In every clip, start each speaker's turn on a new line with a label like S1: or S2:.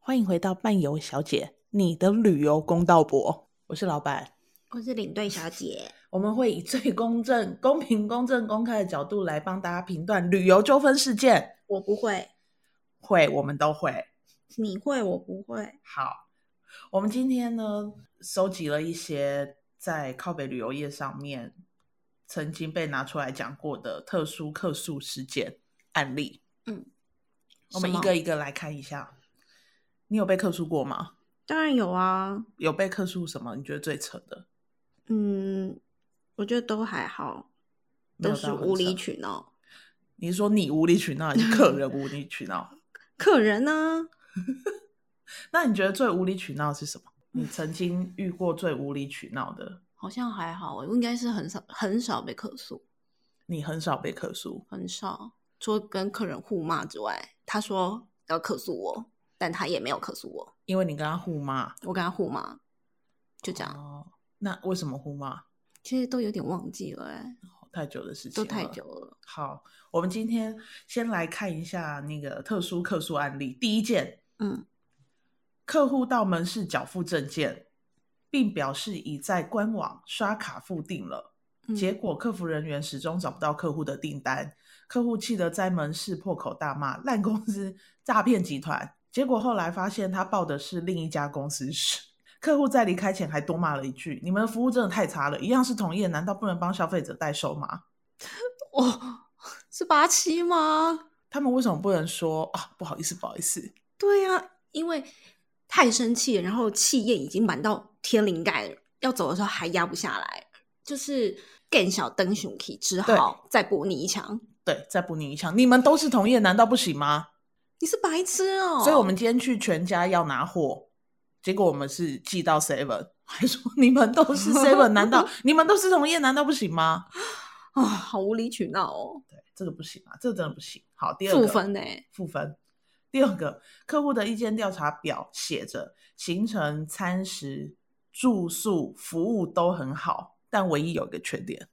S1: 欢迎回到漫游小姐，你的旅游公道博，我是老板。
S2: 我是领队小姐，
S1: 我们会以最公正、公平、公正、公开的角度来帮大家评断旅游纠纷事件。
S2: 我不会，
S1: 会，我们都会。
S2: 你会，我不会。
S1: 好，我们今天呢，收集了一些在靠北旅游业上面曾经被拿出来讲过的特殊客诉事件案例。
S2: 嗯，
S1: 我们
S2: 什
S1: 一
S2: 么
S1: 个一个来看一下。你有被客诉过吗？
S2: 当然有啊，
S1: 有被客诉什么？你觉得最扯的？
S2: 嗯，我觉得都还好，
S1: 没有
S2: 都
S1: 到
S2: 是
S1: 很
S2: 无理
S1: 扯。
S2: 取闹。
S1: 你是说你无理取闹，还是客 人无理取闹？
S2: 客人呢、
S1: 那你觉得最无理取闹是什么？你曾经遇过最无理取闹的？
S2: 好像还好，欸我应该是很少很少被客诉，
S1: 你很少被客诉，
S2: 很少。除了跟客人互骂之外，他说要客诉我，但他也没有客诉我，
S1: 因为你跟他互骂。
S2: 我跟他互骂，就这样。
S1: 哦，那为什么互骂？哦
S2: 其实都有点忘记了、欸，
S1: 太久的事情
S2: 都
S1: 了，
S2: 太久。了。
S1: 好，我们今天先来看一下那个特殊客诉案例。第一件，
S2: 嗯，
S1: 客户到门市缴付证件，并表示已在官网刷卡付定了。
S2: 嗯
S1: 结果客服人员始终找不到客户的订单，客户气得在门市破口大骂烂公司、诈骗集团。结果后来发现他报的是另一家公司时， 客户在离开前还多骂了一句：“你们的服务真的太差了，一样是同业，难道不能帮消费者代收吗？”
S2: 哦， 是八七吗？
S1: 他们为什么不能说啊？不好意思，不好意思，
S2: 对呀、因为太生气了，然后气焰已经满到天灵盖了，要走的时候还压不下来，就是更小灯熊 key 只好再补你一枪。
S1: 对，再补你一枪，你们都是同业，难道不行吗？
S2: 你是白痴哦！
S1: 所以我们今天去全家要拿货，结果我们是寄到 Seven，还说你们都 是 Seven，难道你们都是同业，难道不行吗？
S2: 啊、好无理取闹哦，
S1: 对，这个不行啊，这个真的不行。好，第二个
S2: 负分欸呢、
S1: 负分。第二个，客户的意见调查表写着行程、餐食、住宿、服务都很好，但唯一有一个缺点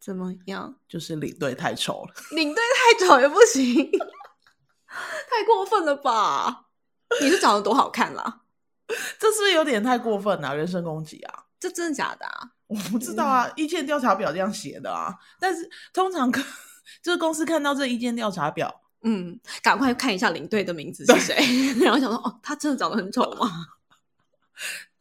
S2: 怎么样？
S1: 就是领队太丑了。
S2: 领队太丑也不行， 太过分了吧？你是长得多好看啦？
S1: 这是不是有点太过分了、人身攻击啊！
S2: 这真的假的啊？
S1: 我不知道啊，意见调查表这样写的啊。但是通常可 就是公司看到这意见调查表，
S2: 嗯，赶快看一下领队的名字是谁， 然后想说哦，他真的长得很丑吗？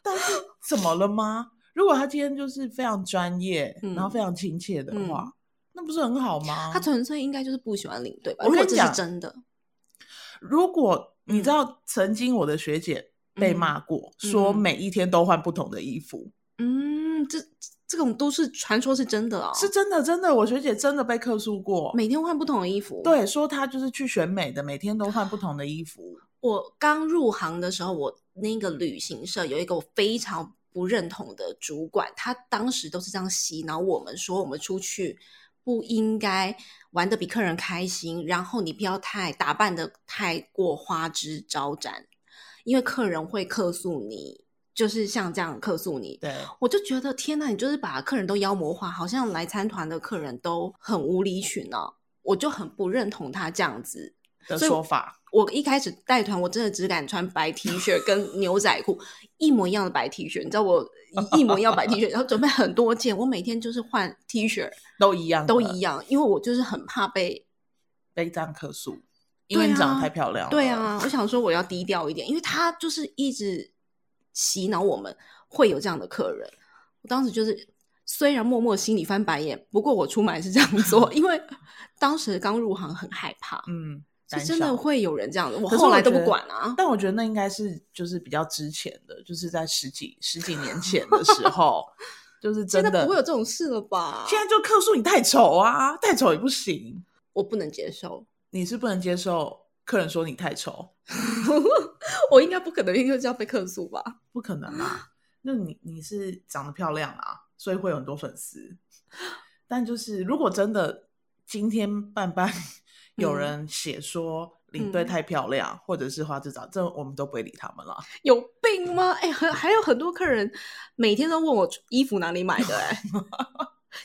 S1: 但 是怎么了吗？如果他今天就是非常专业，
S2: 嗯
S1: 然后非常亲切的话，
S2: 嗯
S1: 那不是很好吗？
S2: 他纯粹应该就是不喜欢领队吧？
S1: 我跟
S2: 如
S1: 你
S2: 果这
S1: 讲
S2: 是真的，
S1: 如果你
S2: 嗯
S1: 知道，曾经我的学姐被骂过，
S2: 嗯
S1: 说每一天都换不同的衣服，
S2: 嗯，这这种都是传说是真的哦，
S1: 是真的，真的，我学姐真的被客诉过。
S2: 每天换不同的衣服。，
S1: 对，说她就是去选美的，每天都换不同的衣服。
S2: 我刚入行的时候，我那个旅行社有一个我非常不认同的主管，他当时都是这样洗脑我们说，我们出去不应该玩的比客人开心，然后你不要太打扮的太过花枝招展，因为客人会客诉你，就是像这样客诉你。
S1: 对，
S2: 我就觉得天呐，你就是把客人都妖魔化，好像来参团的客人都很无理取闹，我就很不认同他这样子。
S1: 的
S2: 所以
S1: 说法，
S2: 我一开始带团，我真的只敢穿白 T 恤跟牛仔裤，一模一样的白 T 恤，你知道我一一模一样的白 T 恤，然后准备很多件，我每天就是换 T 恤
S1: 都一样的，
S2: 都一样，因为我就是很怕被。
S1: 被这样客诉，因为
S2: 对
S1: 你长得
S2: 啊
S1: 太漂亮了。
S2: 对，啊，我想说我要低调一点，因为他就是一直洗脑我们会有这样的客人。我当时就是虽然默默心里翻白眼，不过我出门是这 样做，因为当时刚入行很害怕，
S1: 嗯，
S2: 是
S1: 胆
S2: 真的
S1: 小。
S2: 会有人这样的。我
S1: 可是
S2: 后来都
S1: 觉
S2: 不
S1: 得
S2: 管啊。
S1: 但我觉得那应该是就是比较之前的，就是在十几十几年前的时候，就是真
S2: 现在
S1: 的
S2: 不会有这种事了吧？
S1: 现在就客诉你太丑啊，太丑也不行，
S2: 我不能接受，
S1: 你是不能接受客人说你太丑，
S2: 我应该不可能就这样被客诉吧？
S1: 不可能啊。那你你是长得漂亮啊，所以会有很多粉丝。但就是如果真的今天半半有
S2: 嗯
S1: 人写说领队
S2: 嗯
S1: 太漂亮，或者是花枝招，这我们都不会理他们了。
S2: 有病吗？哎、很还有很多客人每天都问我衣服哪里买的、 哎，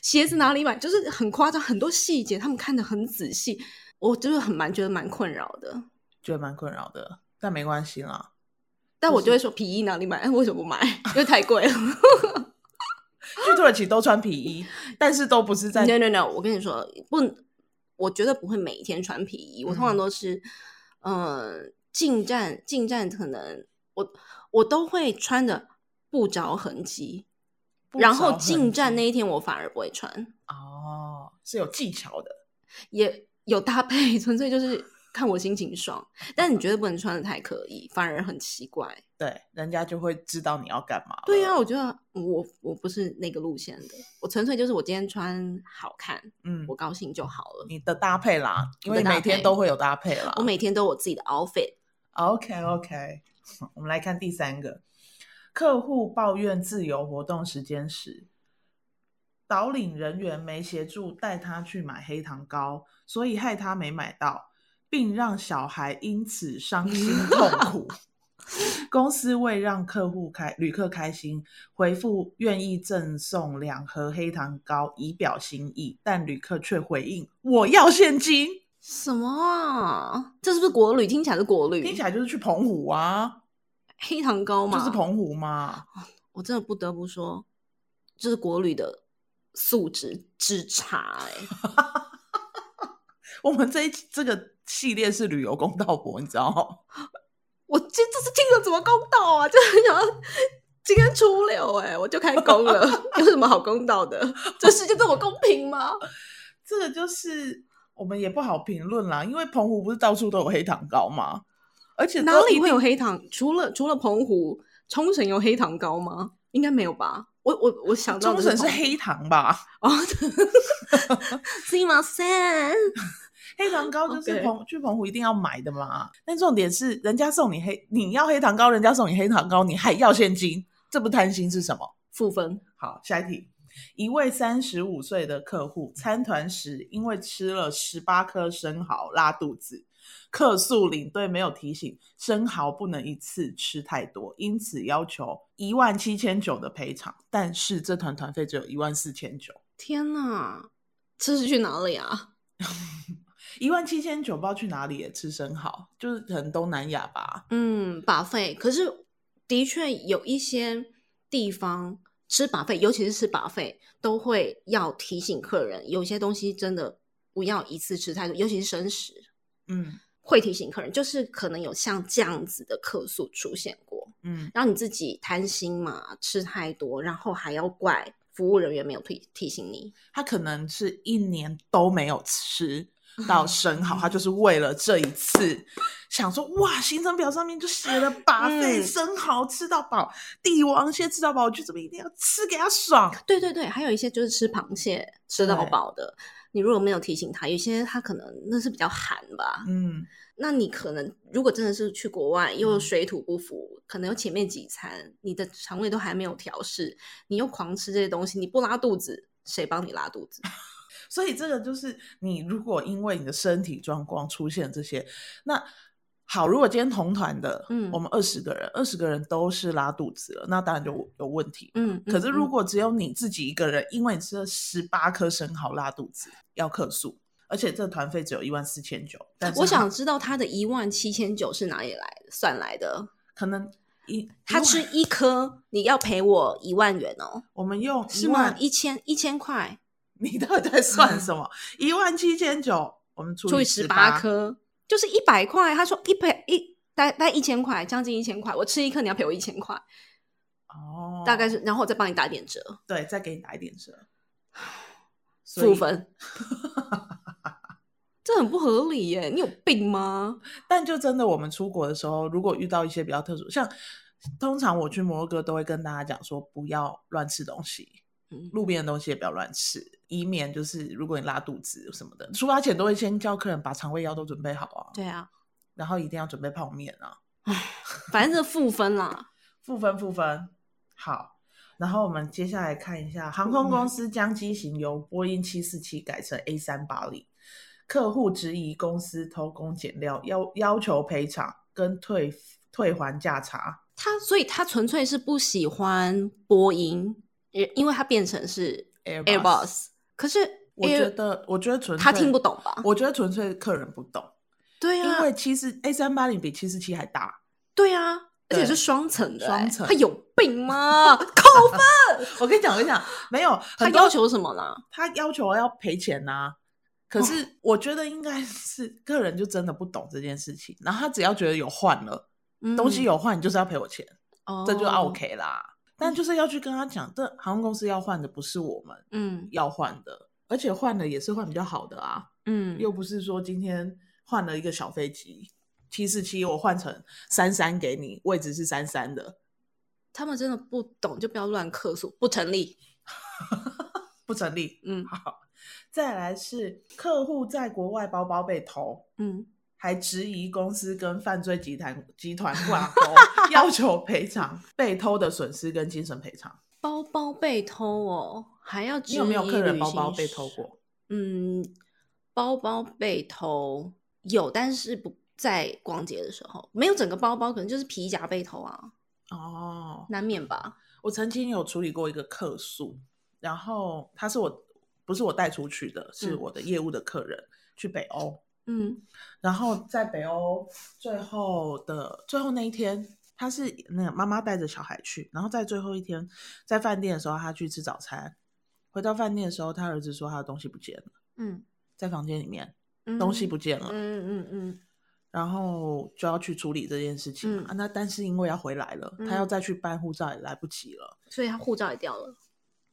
S2: 鞋子哪里买，就是很夸张，很多细节他们看得很仔细，我就是很蛮觉得蛮困扰的。
S1: 觉得蛮困扰的，但没关系啦，
S2: 但我就会说皮衣哪里买？哎为什么不买？因为太贵了。
S1: 去土耳其都穿皮衣，但是都不是 在
S2: no no no，我跟你说，不，我绝对不会每一天穿皮衣。我通常都是，呃，近战近战可能我我都会穿的不着痕迹，
S1: 不
S2: 然后
S1: 着痕
S2: 近战
S1: 迹
S2: 那一天我反而不会穿，
S1: 哦，是有技巧的。
S2: 也有搭配， 纯粹就是看我心情爽。但你绝对不能穿的太刻意，反而很奇怪。
S1: 对，人家就会知道你要干嘛了。
S2: 对啊呀、我觉得我我不是那个路线的，我纯粹就是我今天穿好看，
S1: 嗯
S2: 我，高兴就好了。
S1: 你的搭配啦，因
S2: 嗯我的
S1: 为
S2: 搭
S1: 每天
S2: 配
S1: 都会有搭配啦。
S2: 我每天都有我自己的 outfit，
S1: OK OK，我们来看第三个，客户抱怨自由活动时间时，导领人员没协助带他去买黑糖糕，所以害他没买到，并让小孩因此伤心痛苦。公司为让客户开旅客开心，回复愿意赠送两盒黑糖糕以表心意，但旅客却回应我要现金，
S2: 什么啊？这是不是国旅？听起来是国旅，
S1: 听起来就是去澎湖啊，
S2: 黑糖糕嘛。
S1: 就是澎湖嘛。
S2: 我真的不得不说，就是国旅的素质之差哎、
S1: 我们这一期这个系列是旅游公道博，你知道吗？
S2: 我这这次听了怎么公道啊？ 就是很想要今天初六哎、我就开工了， 有什么好公道的？这世界这么公平吗？
S1: 这个就是我们也不好评论啦，因为澎湖不是到处都有黑糖糕吗？而且
S2: 哪
S1: 都一
S2: 里
S1: 定
S2: 会有黑糖？除了除了澎湖，冲绳有黑糖糕吗？应该没有吧？我我我想到
S1: 冲
S2: 的
S1: 绳是
S2: 澎湖
S1: 黑糖吧？
S2: 哦， すいません。
S1: 黑糖糕就是
S2: OK
S1: 澎去澎湖一定要买的嘛。但重点是，人家送你黑，你要黑糖糕，人家送你黑糖糕，你还要现金，这不贪心是什么？
S2: 负分，
S1: 好，下一题。一位三十五岁的客户参团时，因为吃了十八颗生蚝拉肚子，客诉领队没有提醒，生蚝不能一次吃太多，因此要求一万七千九的赔偿。但是这团团费只有一万四千九，
S2: 天哪，这是去哪里啊？
S1: 一万七千九不知道去哪里耶吃生蚝，就是可能东南亚吧。
S2: 嗯，把费。可是的确有一些地方吃把费，尤其是吃把费，都会要提醒客人，有些东西真的不要一次吃太多，尤其是生食，
S1: 嗯
S2: 会提醒客人，就是可能有像这样子的客诉出现过，
S1: 嗯，
S2: 然后你自己贪心嘛，吃太多，然后还要怪服务人员没有提提醒你。
S1: 他可能是一年都没有吃
S2: 嗯
S1: 到生蚝，他就是为了这一次想说，哇，行程表上面就写 了把费、
S2: 嗯
S1: 生蚝吃到饱，帝王蟹吃到饱，我去这边一定要吃给他爽。
S2: 对对对，还有一些就是吃螃蟹吃到
S1: 对
S2: 饱的，你如果没有提醒他，有些他可能那是比较寒吧。
S1: 嗯，
S2: 那你可能如果真的是去国外，又
S1: 嗯
S2: 水土不服，可能有前面几餐你的肠胃都还没有调试，你又狂吃这些东西，你不拉肚子，谁帮你拉肚子？
S1: 所以这个就是你如果因为你的身体状况出现这些，那好，如果今天同团的，
S2: 嗯
S1: 我们二十个人，二十个人都是拉肚子了，那当然就有问题。
S2: 嗯，
S1: 可是
S2: 嗯
S1: 如
S2: 嗯
S1: 果只有你自己一个人，因为你吃了十八颗生蚝拉肚子，要客诉，而且这团费只有一万四千九。但是
S2: 我
S1: 他
S2: 想知道他的一万七千九是哪里来的算来的？
S1: 可能一
S2: 他吃一颗，你要赔我一万元哦，
S1: 我们用
S2: 是
S1: 1
S2: 吗
S1: 万？
S2: 一千一千块
S1: 你到底在算什么？一万七千九，我们除
S2: 除以
S1: 以
S2: 十
S1: 八
S2: 八，颗就是一百块。他说一百一大大概一千块，将近一千块，我吃一颗你要赔我一千块，
S1: 哦，
S2: 大概是，然后我再帮你打点折，
S1: 对，再给你打一点折，所
S2: 负
S1: 以。
S2: 分。 这很不合理耶！你有病吗？
S1: 但就真的，我们出国的时候，如果遇到一些比较特殊，像通常我去摩洛哥都会跟大家讲说，不要乱吃东西，
S2: 嗯
S1: 路边的东西也不要乱吃，以免就是如果你拉肚子什么的，出发前都会先叫客人把肠胃药都准备好啊，
S2: 对啊，
S1: 然后一定要准备泡面啊，
S2: 反正这负分啦。
S1: 负分负分，好。然后我们接下来看一下，航空公司将机型由波音七四七改成 A 三八零，客户质疑公司偷工减料，要要求赔偿跟退退还价差。
S2: 他所以他纯粹是不喜欢波音，也因为他变成是
S1: Airbus，,
S2: Airbus，可是 Air,
S1: 我觉得，我觉得纯粹
S2: 他听不，懂吧？
S1: 我觉得纯粹客人不懂，
S2: 对
S1: 因
S2: 啊，
S1: 为其实 A 三八零比七四七还大，
S2: 对啊，而且是双层的、欸，
S1: 双层
S2: 他有病 吗？扣分，
S1: 我跟你讲，我跟你讲，没有，
S2: 他
S1: 很多
S2: 要求什么啦？
S1: 他要求要赔钱呐、可是我觉得应该是个人就真的不懂这件事情，然后他只要觉得有换了、东西有换，你就是要赔我钱，
S2: 嗯，
S1: 这就啊
S2: 哦
S1: OK 啦。但就是要去跟他讲，这航空公司要换的不是我们
S2: 嗯
S1: 要换的，而且换了也是换比较好的啊。
S2: 嗯，
S1: 又不是说今天换了一个小飞机七四七，747我换成三三给你，位置是三三的，
S2: 他们真的不懂，就不要乱客诉，不成立。
S1: 不成立。
S2: 嗯
S1: 再来是客户在国外包包被偷，
S2: 嗯，
S1: 还质疑公司跟犯罪集团集团挂 钩，要求赔偿被偷的损失跟精神赔偿。
S2: 包包被偷哦，还要
S1: 你有没有
S2: 质疑
S1: 客人
S2: 旅
S1: 包包
S2: 行
S1: 被
S2: 社
S1: 偷？过？
S2: 嗯，包包被偷有，但是不在逛街的时候，没有整个包包，可能就是皮夹被偷啊，
S1: 哦，
S2: 难免吧。
S1: 我曾经有处理过一个客诉，然后他是我不是我带出去的，是
S2: 嗯
S1: 我的业务的客人、去北欧。
S2: 嗯
S1: 然后在北欧最后的最后那一天，他是那个妈妈带着小孩去，然后在最后一天在饭店的时候，他去吃早餐，回到饭店的时候，他儿子说他的东西不见了，
S2: 嗯，
S1: 在房间里面
S2: 嗯
S1: 东西不见了，
S2: 嗯嗯嗯
S1: 然后就要去处理这件事情嘛、
S2: 嗯
S1: 啊那但是因为要回来了，他要
S2: 嗯
S1: 再去办护照也来不及了，
S2: 嗯，所以他护照也掉了。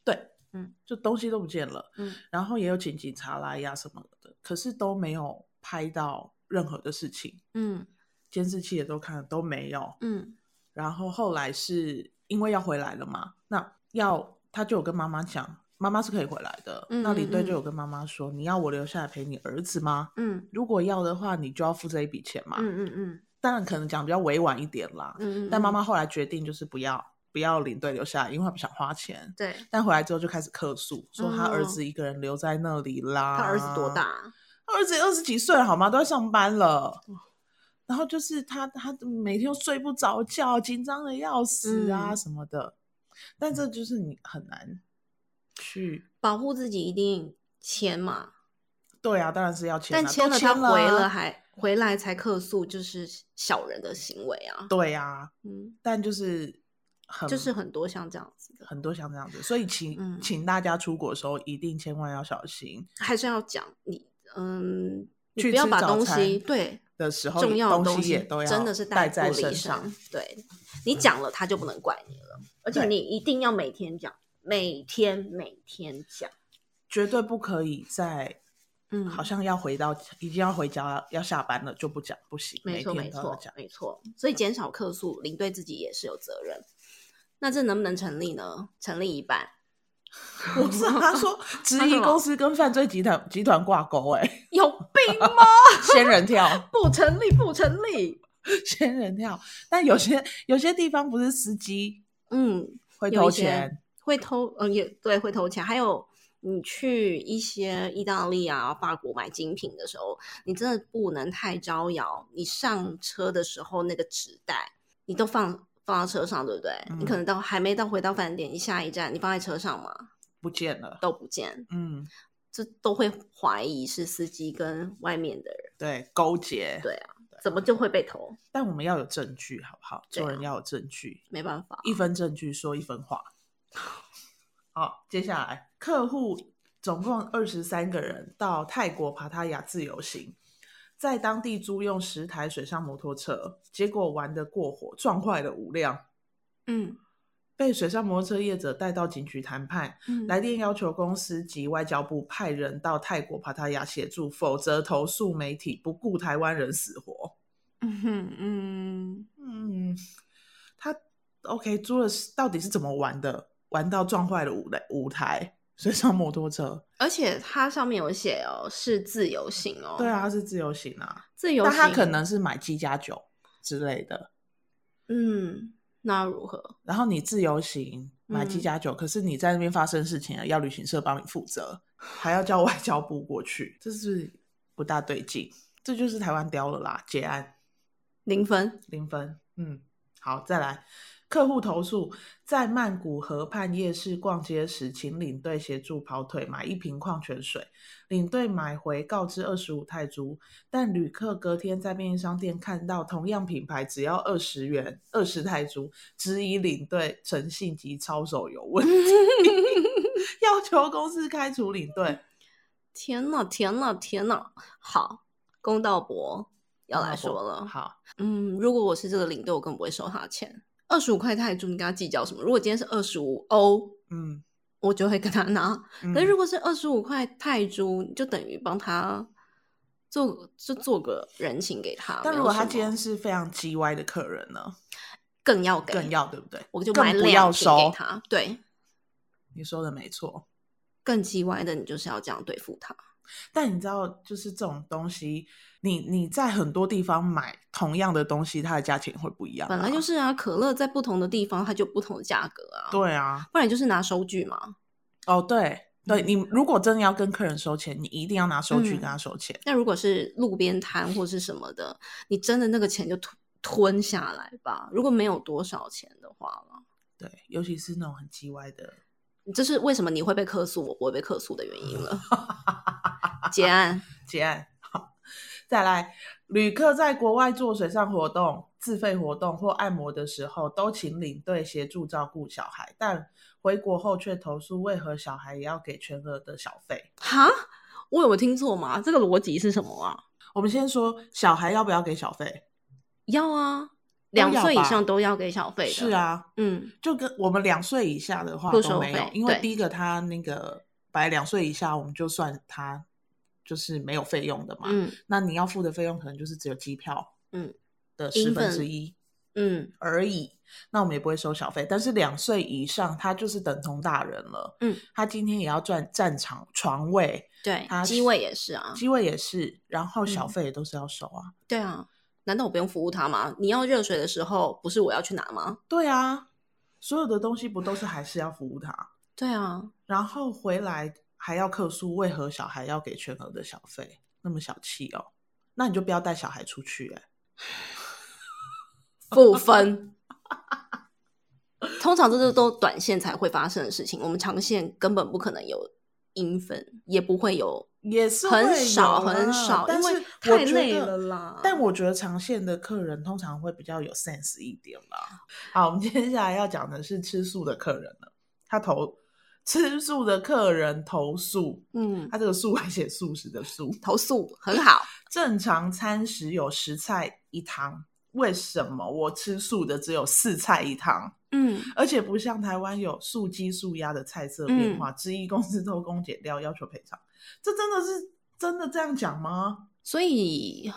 S1: 对，
S2: 嗯，
S1: 就东西都不见了，
S2: 嗯
S1: 然后也有请警察来呀什么的，可是都没有拍到任何的事情，
S2: 嗯
S1: 监视器也都看了都没有，
S2: 嗯
S1: 然后后来是因为要回来了嘛，那要他就有跟妈妈讲，妈妈是可以回来的。
S2: 嗯
S1: 那领队
S2: 嗯嗯
S1: 就有跟妈妈说，你要我留下来陪你儿子吗？
S2: 嗯
S1: 如果要的话，你就要付这一笔钱嘛。
S2: 嗯嗯嗯
S1: 当然可能讲比较委婉一点啦，
S2: 嗯，
S1: 但妈
S2: 嗯
S1: 妈后来决定就是不要不要领队留下来，因为她不想花钱。
S2: 对
S1: 但回来之后就开始客诉，说他儿
S2: 哦
S1: 子一个人留在那里啦。
S2: 他儿子多大？啊？
S1: 他儿子也二十几岁了好吗？都在上班了。然后就是他，他每天又睡不着觉，紧张的要死啊
S2: 嗯
S1: 什么的。但这就是你很难去。
S2: 保护自己一定签嘛，
S1: 对啊，当然是要签、啊，
S2: 但签
S1: 了
S2: 了他回了
S1: 了。
S2: 还回来才客诉，就是小人的行为啊。
S1: 对啊，
S2: 嗯，
S1: 但就是很
S2: 就是很多像这样子的，
S1: 很多像这样子，所以请、
S2: 嗯
S1: 请大家出国的时候一定千万要小心。
S2: 还是要讲你，嗯，你
S1: 去
S2: 不要
S1: 吃
S2: 把
S1: 早
S2: 东
S1: 餐
S2: 西对
S1: 的时候，
S2: 重要的
S1: 东
S2: 西
S1: 也都要
S2: 真的是
S1: 带
S2: 不
S1: 在
S2: 离
S1: 身
S2: 身
S1: 上。，嗯
S2: 对你讲了他就不能怪你了，而且
S1: 对
S2: 你一定要每天讲，每天每天讲，
S1: 绝对不可以在
S2: 嗯，
S1: 好像要回到已经要回家要下班了就不讲不行，
S2: 没错，
S1: 每
S2: 没
S1: 天都要
S2: 错
S1: 讲，。
S2: 没错。所以减少客诉，领队自己也是有责任。那这能不能成立呢？成立一半，
S1: 不是他 说质
S2: 他
S1: 疑
S2: 什么
S1: 公司跟犯罪集团集团挂钩、哎，
S2: 有病吗？
S1: 仙人跳，
S2: 不成立，不成立。
S1: 仙人跳。但有些有些地方不是司机
S2: 嗯，
S1: 会
S2: 有
S1: 偷
S2: 一些
S1: 钱，
S2: 会偷，嗯，也对，会偷钱。还有，你去一些意大利啊、法国买精品的时候，你真的不能太招摇。你上车的时候，那个纸袋你都放放到车上，对不对？你可
S1: 嗯
S2: 能到还没到回到饭店，你下一站你放在车上嘛，
S1: 不见了。
S2: 都不见。
S1: 嗯，
S2: 这都会怀疑是司机跟外面的人，
S1: 对，勾结。
S2: 对啊，怎么就会被投？
S1: 但我们要有证据，好不好？
S2: 对啊
S1: 做人要有证据，
S2: 没办法，
S1: 一分证据说一分话。好，接下来客户总共二十三个人到泰国帕塔亚自由行，在当地租用十台水上摩托车，结果玩得过火，撞坏了五辆。
S2: 嗯
S1: 被水上摩托车业者带到警局谈判，
S2: 嗯
S1: 来电要求公司及外交部派人到泰国帕塔亚协助，否则投诉媒体不顾台湾人死活。
S2: 嗯哼嗯，
S1: 嗯，他 OK 租了是到底是怎么玩的？玩到撞坏了五台五台水上摩托车。
S2: 而且它上面有写哦，是自由行哦，
S1: 对啊，，他是自由行啊，
S2: 自由
S1: 但
S2: 行，
S1: 他可能是买机加酒之类的。
S2: 嗯，那如何？
S1: 然后你自由行买机
S2: 嗯
S1: 加酒，可是你在那边发生事情了，要旅行社帮你负责，还要叫外交部过去，这是不大对劲。这就是台湾刁了啦，结案
S2: 零分，
S1: 零分。嗯，好，再来。客户投诉，在曼谷河畔夜市逛街时，请领队协助跑腿买一瓶矿泉水。领队买回告知二十五泰铢，但旅客隔天在便利商店看到同样品牌只要二十元、二十泰铢，质疑领队诚信及操守有问题， 要求公司开除领队。
S2: 天呐，天呐，天呐！好，公道博 要来说了。
S1: 好，
S2: 嗯，如果我是这个领队，我更不会收他的钱。二十五块泰铢，你跟他计较什么？如果今天是二十五欧，
S1: 嗯，
S2: 我就会跟他拿。
S1: 嗯
S2: 可是如果是二十五块泰铢，你就等于帮他做，就做个人情给他。
S1: 但如
S2: 没有
S1: 果他
S2: 什么
S1: 今天是非常叽歪的客人呢，
S2: 更要给，
S1: 更要对不对？
S2: 我就
S1: 更
S2: 买
S1: 不要
S2: 两瓶
S1: 收
S2: 给。他。对，
S1: 你说的没错。
S2: 更叽歪的，你就是要这样对付他。
S1: 但你知道，就是这种东西，你你在很多地方买同样的东西，它的价钱会不一样、
S2: 本来就，是啊，可乐在不同的地方它就有不同的价格啊。，
S1: 对啊，
S2: 不然你就是拿收据嘛。
S1: 哦，对对，
S2: 嗯
S1: 你如果真的要跟客人收钱，你一定要拿收据
S2: 嗯
S1: 跟他收钱。
S2: 那如果是路边摊或是什么的，你真的那个钱就吞吞下来吧。如果没有多少钱的话了，
S1: 对，尤其是那种很叽歪的，
S2: 这是为什么你会被客诉，我不会被客诉的原 因了。结案，
S1: 结案。好，再来，旅客在国外做水上活动、自费活动或按摩的时候，都请领队协助照顾小孩，但回国后却投诉为何小孩也要给全额的小费。
S2: 哈，我有没有听错吗？这个逻辑是什么啊？
S1: 我们先说小孩要不要给小费？
S2: 要啊，
S1: 都要
S2: 两岁以
S1: 吧
S2: 上都要给小费的。
S1: 是，啊，
S2: 嗯，
S1: 就跟我们两岁以下的话
S2: 不
S1: 都
S2: 收
S1: 没有
S2: 费，
S1: 因为
S2: 对
S1: 第一个他那个本来两岁以下我们就算他就是没有费用的嘛，
S2: 嗯
S1: 那你要付的费用可能就是只有机票，
S2: 嗯
S1: 的十分
S2: Infant
S1: 之一
S2: 嗯
S1: 而已。那我们也不会收小费，但是两岁以上他就是等同大人了，
S2: 嗯，
S1: 他今天也要赚战场床位、
S2: 对
S1: 他，
S2: 机位也是啊，
S1: 机位也是，然后小
S2: 嗯
S1: 费也都是要收啊。
S2: 对啊。难道我不用服务他吗？你要热水的时候，不是我要去拿吗？
S1: 对啊，所有的东西不都是还是要服务他？
S2: 对啊，
S1: 然后回来还要客诉，为何小孩要给全额的小费？那么小气哦，那你就不要带小孩出去哎、
S2: 不 分。通常这都都短线才会发生的事情，我们长线根本不可能有阴分，也不会有，
S1: 也是
S2: 很
S1: 会有
S2: 少
S1: 啦
S2: 很少
S1: 但
S2: 因为
S1: 是
S2: 太
S1: 我觉
S2: 累
S1: 得
S2: 了啦
S1: 但我觉得长线的客人通常会比较有 sense 一点啦。好，我们接下来要讲的是吃素的客人了，他投吃素的客人投诉，
S2: 嗯，
S1: 他这个素还写素食的素，
S2: 投诉很好，
S1: 正常餐食有十菜一汤，为什么我吃素的只有四菜一汤？
S2: 嗯，
S1: 而且不像台湾有素鸡、素鸭的菜色
S2: 嗯
S1: 变化，之一公司偷工减料要求赔偿，这真的是真的这样讲吗？
S2: 所以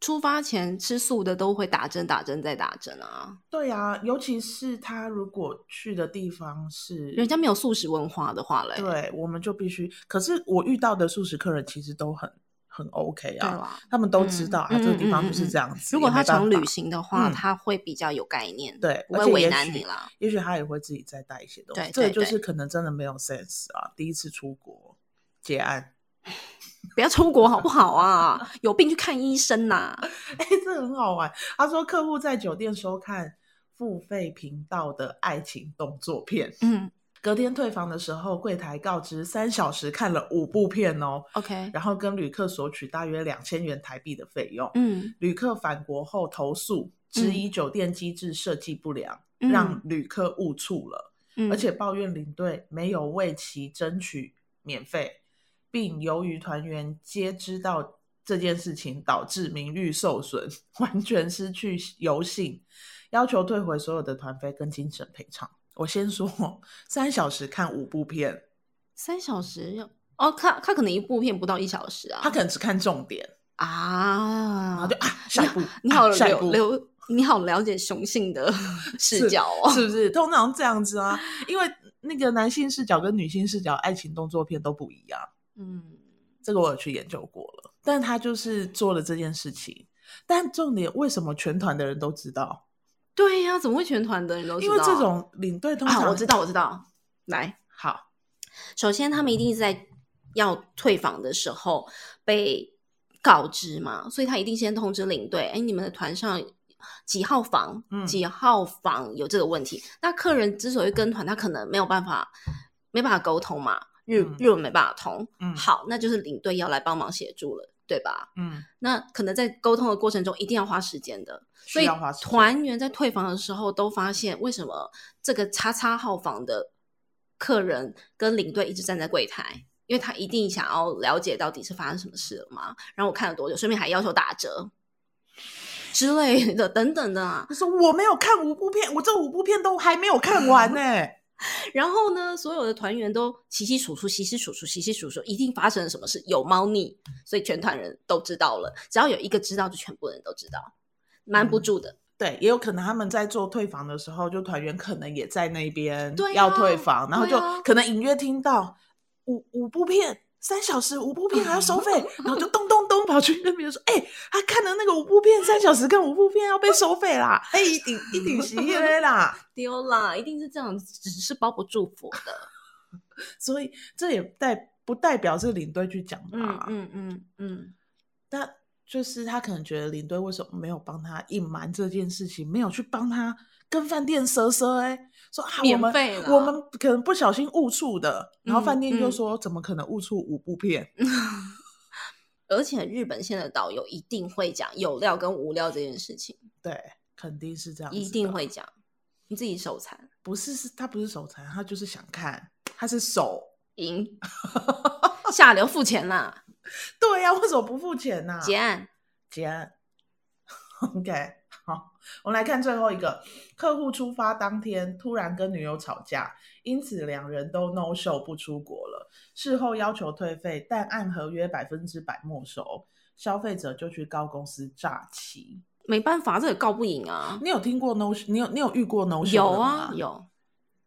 S2: 出发前吃素的都会打针、打针再打针啊，
S1: 对啊，尤其是他如果去的地方是
S2: 人家没有素食文化的话嘞，
S1: 对，啊我们就必须。可是我遇到的素食客人其实都很很 OK
S2: 对
S1: 啊，
S2: 啦。
S1: 他们都知道、
S2: 嗯
S1: 啊，这个地方就是
S2: 嗯嗯嗯嗯
S1: 这样子。
S2: 如果
S1: 也
S2: 他
S1: 没办
S2: 常旅
S1: 法，
S2: 行的话，
S1: 嗯
S2: 他会比较有概念，
S1: 对
S2: 不
S1: 而
S2: 会
S1: 且
S2: 为
S1: 也
S2: 难
S1: 许
S2: 你啦。
S1: 也许他也会自己再带一些东西。
S2: 对
S1: 这个
S2: 对
S1: 就是
S2: 对
S1: 可能真的没有 sense 啊，第一次出国结案。
S2: 不要出国好不好啊？有病去看医生呐、
S1: 哎、这很好玩。他说，客户在酒店收看付费频道的爱情动作片，
S2: 嗯
S1: 隔天退房的时候，柜台告知三小时看了五部片哦，
S2: ，OK，
S1: 然后跟旅客索取大约两千元台币的费用。
S2: 嗯，
S1: 旅客返国后投诉，质疑酒店机制设计不良，
S2: 嗯
S1: 让旅客误触了，
S2: 嗯
S1: 而且抱怨领队没有为其争取免费，并由于团员皆知道这件事情，导致名誉受损，完全失去游性，要求退回所有的团费跟精神赔偿。我先说，三小时看五部片，
S2: 三小时要哦，他他可能一部片不到一小时啊，
S1: 他可能只看重点，然后
S2: 啊
S1: 就，啊下一步，
S2: 你好
S1: 啊下一
S2: 了
S1: 步。
S2: 了，你好了解雄性的视
S1: 是
S2: 角哦，
S1: 是不是？通常这样子啊，因为那个男性视角跟女性视角爱情动作片都不一样，
S2: 嗯，
S1: 这个我有去研究过了。但他就是做了这件事情，但重点为什么全团的人都知道？
S2: 对呀、怎么会全团的人都知
S1: 因
S2: 道？
S1: 为这种领队通常、
S2: 啊，我知道，我知道，来，
S1: 好，
S2: 首先，他们一定是在要退房的时候被告知嘛，所以他一定先通知领队，哎，你们的团上几号房
S1: 嗯，
S2: 几号房有这个问题。那客人之所以跟团，他可能没有办法，没办法沟通嘛，日、
S1: 嗯
S2: 日文没办法通。
S1: 嗯
S2: 好，那就是领队要来帮忙协助了，对吧？
S1: 嗯，
S2: 那可能在沟通的过程中一定要花时间的，
S1: 需
S2: 所以
S1: 要花时间
S2: 团员在退房的时候都发现，为什么这个叉叉号房的客人跟领队一直站在柜台？因为他一定想要了解到底是发生什么事了嘛。然后我看了多久，顺便还要求打折 之类的，等等的啊。
S1: 他说我没有看五部片，我这五部片都还没有 看完呢、
S2: 然后呢，所有的团员都稀稀数数、稀稀数数、稀稀数数，一定发生了什么事，有猫腻，所以全团人都知道了。只要有一个知道，就全部人都知道，瞒不住的。
S1: 对，也有可能他们在做退房的时候，就团员可能也在那边
S2: 对
S1: 要
S2: 啊
S1: 退房，然后
S2: 对
S1: 就
S2: 啊
S1: 可能隐约听到五五部片三小时五部片还要收 费，然后就咚咚咚跑去跟别人说：“哎、他看的那个五部片三小时跟五部片要被收费 啦！”哎、一顶一顶席 耶啦！
S2: 丢啦，一定是这样，只是包不住火的。
S1: 所以这也代不代表是领队去讲的、啊
S2: 嗯嗯嗯，
S1: 但就是他可能觉得领队为什么没有帮他隐瞒这件事情，没有去帮他跟饭店赊赊、欸，哎，说啊，我
S2: 免
S1: 们
S2: 费啦
S1: 我们可能不小心误触的，然后饭
S2: 嗯
S1: 店就
S2: 嗯
S1: 说、怎么可能误触五部片？
S2: 而且日本现在的导游一定会讲有料跟无料这件事情，
S1: 对，肯定是这样子的，
S2: 一定会讲。你自己手残
S1: 不是是他不是手残，他就是想看，他是手。
S2: 赢， 下流付钱啦，
S1: 对呀、为什么不付钱呢、
S2: 结案。
S1: 结案。OK，好， 我们来看最后一个。客户出发当天突然跟女友吵架，因此两人都 no show 不出国了。事后要求退费，但按合约百分之百没收。消费者就去告公司诈欺。
S2: 没办法，这也告不赢啊。
S1: 你有听过 no？你有你有遇过 no show？
S2: 有
S1: 的
S2: 啊
S1: 吗，。
S2: 有，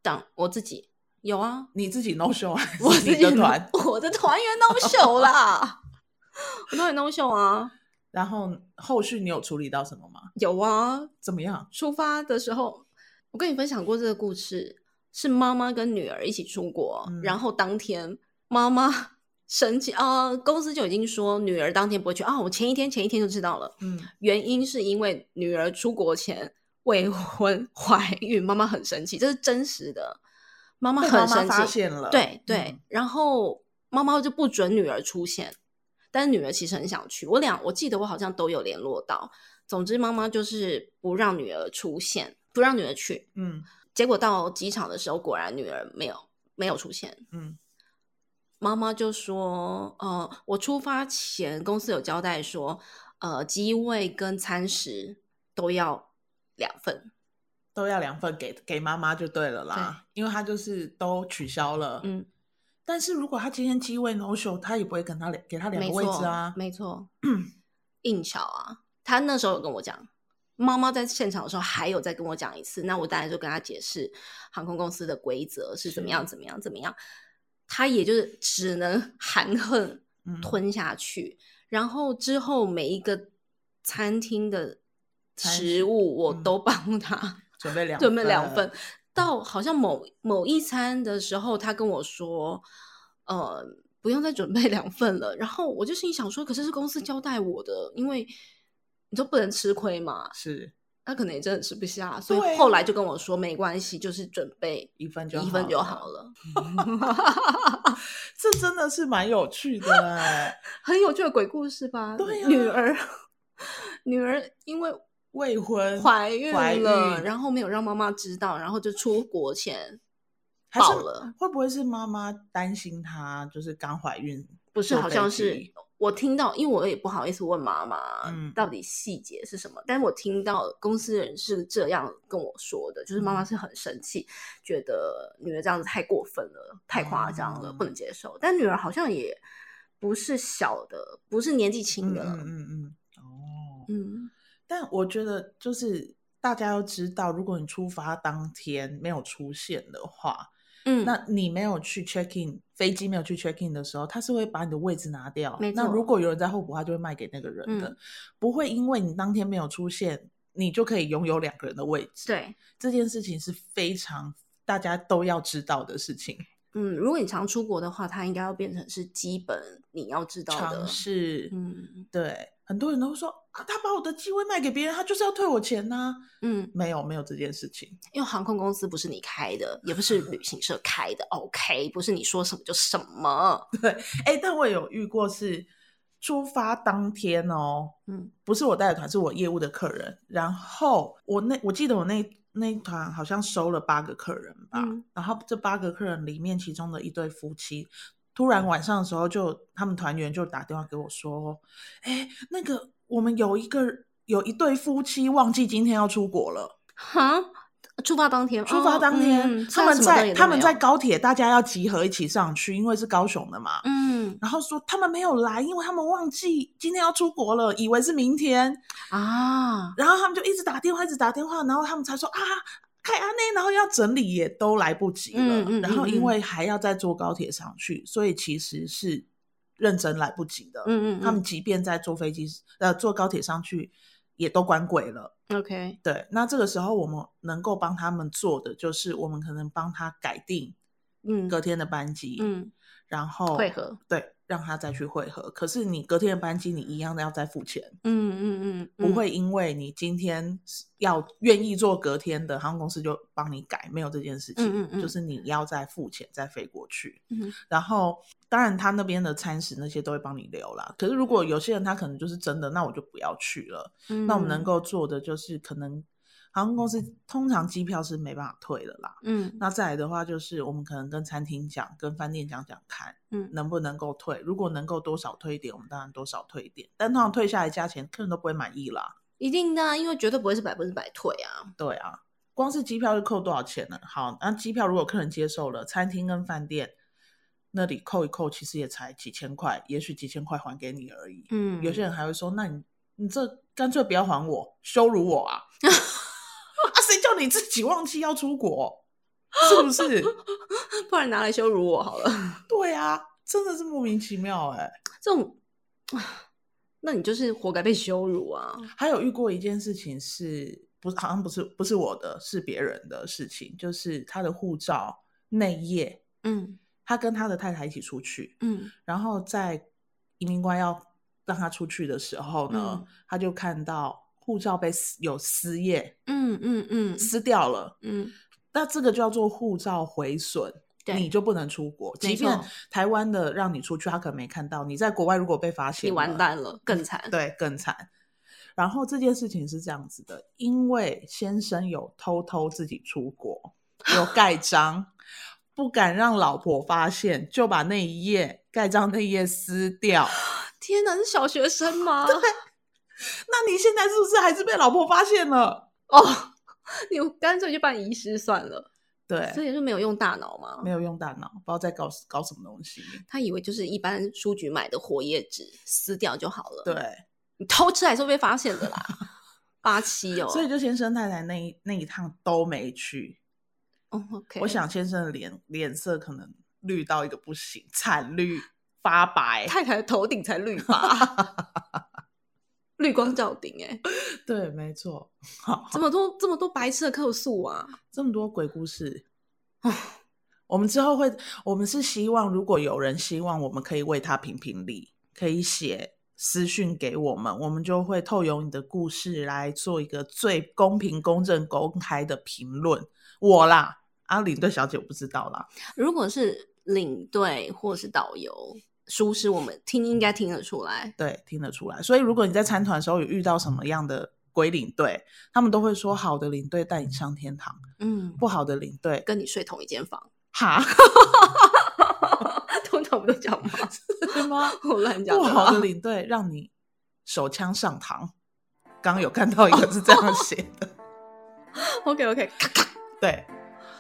S2: 当我自己有啊，
S1: 你自己 no show 还
S2: 我
S1: 是
S2: 自
S1: 你
S2: 己
S1: 的团？，
S2: 我的团员 no show 啦， 我团员 no show 啊，
S1: 然后后续你有处理到什么吗？
S2: 有啊，
S1: 怎么样？
S2: 出发的时候，我跟你分享过这个故事，是妈妈跟女儿一起出国，
S1: 嗯
S2: 然后当天妈妈 生气啊、呃公司就已经说女儿当天不会去啊，我前一天前一天就知道了，
S1: 嗯，
S2: 原因是因为女儿出国前未婚 怀孕，妈妈很生气，这是真实的，妈妈
S1: 被
S2: 很
S1: 妈妈
S2: 生
S1: 发
S2: 气，
S1: 现了。
S2: 对对，
S1: 嗯
S2: 然后妈妈就不准女儿出现，但是女儿其实很想去。我俩我记得我好像都有联络到，总之妈妈就是不让女儿出现，不让女儿去。
S1: 嗯
S2: 结果到机场的时候，果然女儿没有没有出现。
S1: 嗯
S2: 妈妈就说：“呃，我出发前公司有交代说，呃，机位跟餐食都要两份。
S1: 都要两份给给妈妈就对了啦，因为她就是都取消了。
S2: 嗯，
S1: 但是如果她今天机位 no show，她也不会跟她两给她两
S2: 没
S1: 个
S2: 错，
S1: 位置啊。
S2: 没错， 硬巧啊。他那时候有跟我讲，妈妈在现场的时候还有再跟我讲一次，那我当然就跟他解释航空公司的规则是怎么样，
S1: 是
S2: 怎么样，怎么样。他也就是只能含恨
S1: 嗯，
S2: 吞下去，然后之后每一个餐厅的
S1: 餐
S2: 食
S1: 食
S2: 物我
S1: 嗯
S2: 都帮他。
S1: 准备两
S2: 准备两份。到好像某某一餐的时候，他跟我说，呃，不用再准备两份了。然后我就心里想说，可是是公司交代我的，因为你都不能吃亏嘛。
S1: 是
S2: 他可能也真的吃不下，所
S1: 对
S2: 以
S1: 啊
S2: 后来就跟我说，没关系，就是准备
S1: 一份就
S2: 一份就好
S1: 了，
S2: 了。
S1: 这真的是蛮有趣的哎、
S2: 很有趣的鬼故事吧？
S1: 对啊
S2: 女儿，女儿因为
S1: 未婚
S2: 怀孕
S1: 怀孕
S2: 了，然后没有让妈妈知道，然后就出国前
S1: 还是
S2: 爆了。
S1: 会不会是妈妈担心她就是刚怀孕？
S2: 不是，
S1: 坐
S2: 好
S1: 飞
S2: 像是
S1: 机
S2: 我听到，因为我也不好意思问妈妈
S1: 嗯
S2: 到底细节是什么，但是我听到公司人是这样跟我说的，就是妈妈
S1: 嗯
S2: 是很生气，觉得女儿这样子太过分了，太夸张
S1: 哦
S2: 了，不能接受。但女儿好像也不是小的，不是年纪
S1: 嗯
S2: 轻的了，
S1: 嗯嗯嗯哦，
S2: 嗯
S1: 但我觉得就是大家要知道，如果你出发当天没有出现的话，
S2: 嗯，
S1: 那你没有去 check in，飞机没有去 check in 的时候，他是会把你的位置拿掉
S2: 没。
S1: 那
S2: 错
S1: 如果有人在候补，他就会卖给那个人的，
S2: 嗯
S1: 不会因为你当天没有出现，你就可以拥有两个人的位置。，
S2: 对。
S1: 这件事情是非常大家都要知道的事情。
S2: 嗯，如果你常出国的话，它应该要变成是基本你要知道的
S1: 尝。试。
S2: 嗯
S1: 对，很多人都会说啊，他把我的机会卖给别人，他就是要退我钱呐、
S2: 嗯，
S1: 没有，没有这件事情。
S2: 因为航空公司不是你开的，也不是旅行社开的，OK，不是你说什么就什么。
S1: 哎，但我有遇过是出发当天哦，
S2: 嗯
S1: 不是我带的团，是我业务的客人。然后我那我记得我那那一团好像收了八个客人吧，
S2: 嗯
S1: 然后这八个客人里面，其中的一对夫妻。突然晚上的时候就，他们团员就打电话给我说：“哎，那个我们有一个有一对夫妻忘记今天要出国了，
S2: 哈，出发当天，
S1: 出发
S2: 哦
S1: 当天，
S2: 嗯、
S1: 他们
S2: 虽然什么都
S1: 在
S2: 也都
S1: 他们
S2: 没
S1: 在
S2: 有，
S1: 高铁，大家要集合一起上去，因为是高雄的嘛。
S2: 嗯
S1: 然后说他们没有来，因为他们忘记今天要出国了，以为是明天。
S2: 啊，
S1: 然后他们就一直打电话，一直打电话，然后他们才说啊，开安内，然后要整理也都来不及了。
S2: 嗯嗯嗯
S1: 然后因
S2: 嗯
S1: 为还要再坐高铁上去，所以其实是认真来不及的。
S2: 嗯嗯，
S1: 他们即便在坐飞机呃坐高铁上去，也都关柜了。
S2: 嗯 OK，
S1: 对，那这个时候我们能够帮他们做的，就是我们可能帮他改定
S2: 嗯
S1: 隔天哦的班机，，
S2: 嗯，
S1: 然后
S2: 会，合，
S1: 对，让他再去会合。可是你隔天的班机，你一样的要再付钱，
S2: 嗯嗯嗯，
S1: 不会因为你今天是要愿意做隔天的，航空公司就帮你改，没有这件事情，
S2: 嗯嗯嗯
S1: 就是你要再付钱再飞过去。
S2: 嗯，
S1: 然后，当然他那边的餐食那些都会帮你留啦。可是如果有些人他可能就是真的，那我就不要去了。
S2: 嗯，
S1: 那我们能，够做的就是，可能航空公司通常机票是没办法退的啦。
S2: 嗯
S1: 那再来的话，就是我们可能跟餐厅讲，跟饭店讲讲看，
S2: 嗯
S1: 能不能够退。如果能够多少退一点，我们当然多少退一点。但通常退下来价钱，客人都不会满意啦。
S2: 一定的啊，因为绝对不会是百分之百退啊，
S1: 对啊，光是机票就扣多少钱呢？好，那机票如果客人接受了，餐厅跟饭店那里扣一扣，其实也才几千块，也许几千块还给你而已。
S2: 嗯，
S1: 有些人还会说：“那你你这干脆不要还我，羞辱我啊！”啊，谁叫你自己忘记要出国，是不是？
S2: 不然拿来羞辱我好了，
S1: 对啊，真的是莫名其妙哎、
S2: 这种，啊那你就是活该被羞辱啊，
S1: 还有遇过一件事情是，不是好像不是不是我的，是别人的事情，就是他的护照内页，
S2: 嗯
S1: 他跟他的太太一起出去，
S2: 嗯
S1: 然后在移民官要让他出去的时候呢，
S2: 嗯
S1: 他就看到护照被撕有撕页
S2: 嗯嗯嗯
S1: 撕掉了。
S2: 嗯，
S1: 那这个叫做护照毁损，
S2: 对，
S1: 你就不能出国。
S2: 没
S1: 即便
S2: 错
S1: 台湾的让你出去，他可能没看到。你在国外如果被发现，
S2: 你完，蛋了，更惨，
S1: 嗯对，更惨。然后这件事情是这样子的，因为先生有偷偷自己出国，有盖章，不敢让老婆发现，就把那一页盖章那一页撕掉。
S2: 天哪，是小学 生吗？
S1: 那你现在是不是还是被老婆发现了？
S2: 哦， 你干脆就办遗失算了，
S1: 对，
S2: 所以就没有用大脑嘛
S1: 没。有用大脑，不知道在搞搞什么东西。
S2: 他以为就是一般书局买的活页纸，撕掉就好了。
S1: 对，，
S2: 你偷吃还是会被发现 的啦。八七哦，
S1: 所以就先生太太那一那一趟都没去，
S2: 哦，OK，
S1: 我想先生的脸脸色可能绿到一个不行，惨绿发白。
S2: 太太的头顶才绿吧，绿光照顶哎、
S1: 对，没错。
S2: 这么多这么多白痴的客诉啊，
S1: 这么多鬼故事
S2: 唉，
S1: 我们之后会，我们是希望如果有人希望我们可以为他评评理，可以写私讯给我们，我们就会透由你的故事来做一个最公平、公正、公开的评论。我啦，阿领队小姐我不知道啦，
S2: 如果是领队或是导游，舒适我们听应该听得出来，
S1: 对，听得出来。所以如果你在参团的时候有遇到什么样的鬼领队，他们都会说好的领队带你上天堂，
S2: 嗯，
S1: 不好的领队
S2: 跟你睡同一间房，
S1: 哈
S2: 通常不都讲吗？
S1: 是吗？
S2: 我乱讲
S1: 不
S2: 的
S1: 好
S2: 啦
S1: 的领队让你手枪上膛。刚有看到一个是这样写的，
S2: OK OK，咔咔
S1: 对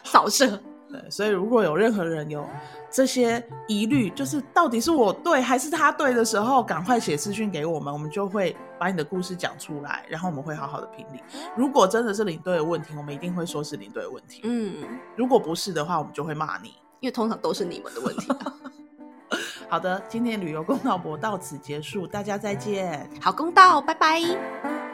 S2: 扫射。
S1: 对，所以如果有任何人有这些疑虑，就是到底是我对还是他对的时候，赶快写私讯给我们，我们就会把你的故事讲出来，然后我们会好好的评理。如果真的是领队的问题，我们一定会说是领队的问题；
S2: 嗯，
S1: 如果不是的话，我们就会骂你。
S2: 因为通常都是你们的问题啊。
S1: 好的，今天旅游公道博到此结束，大家再见。
S2: 好公道，拜拜。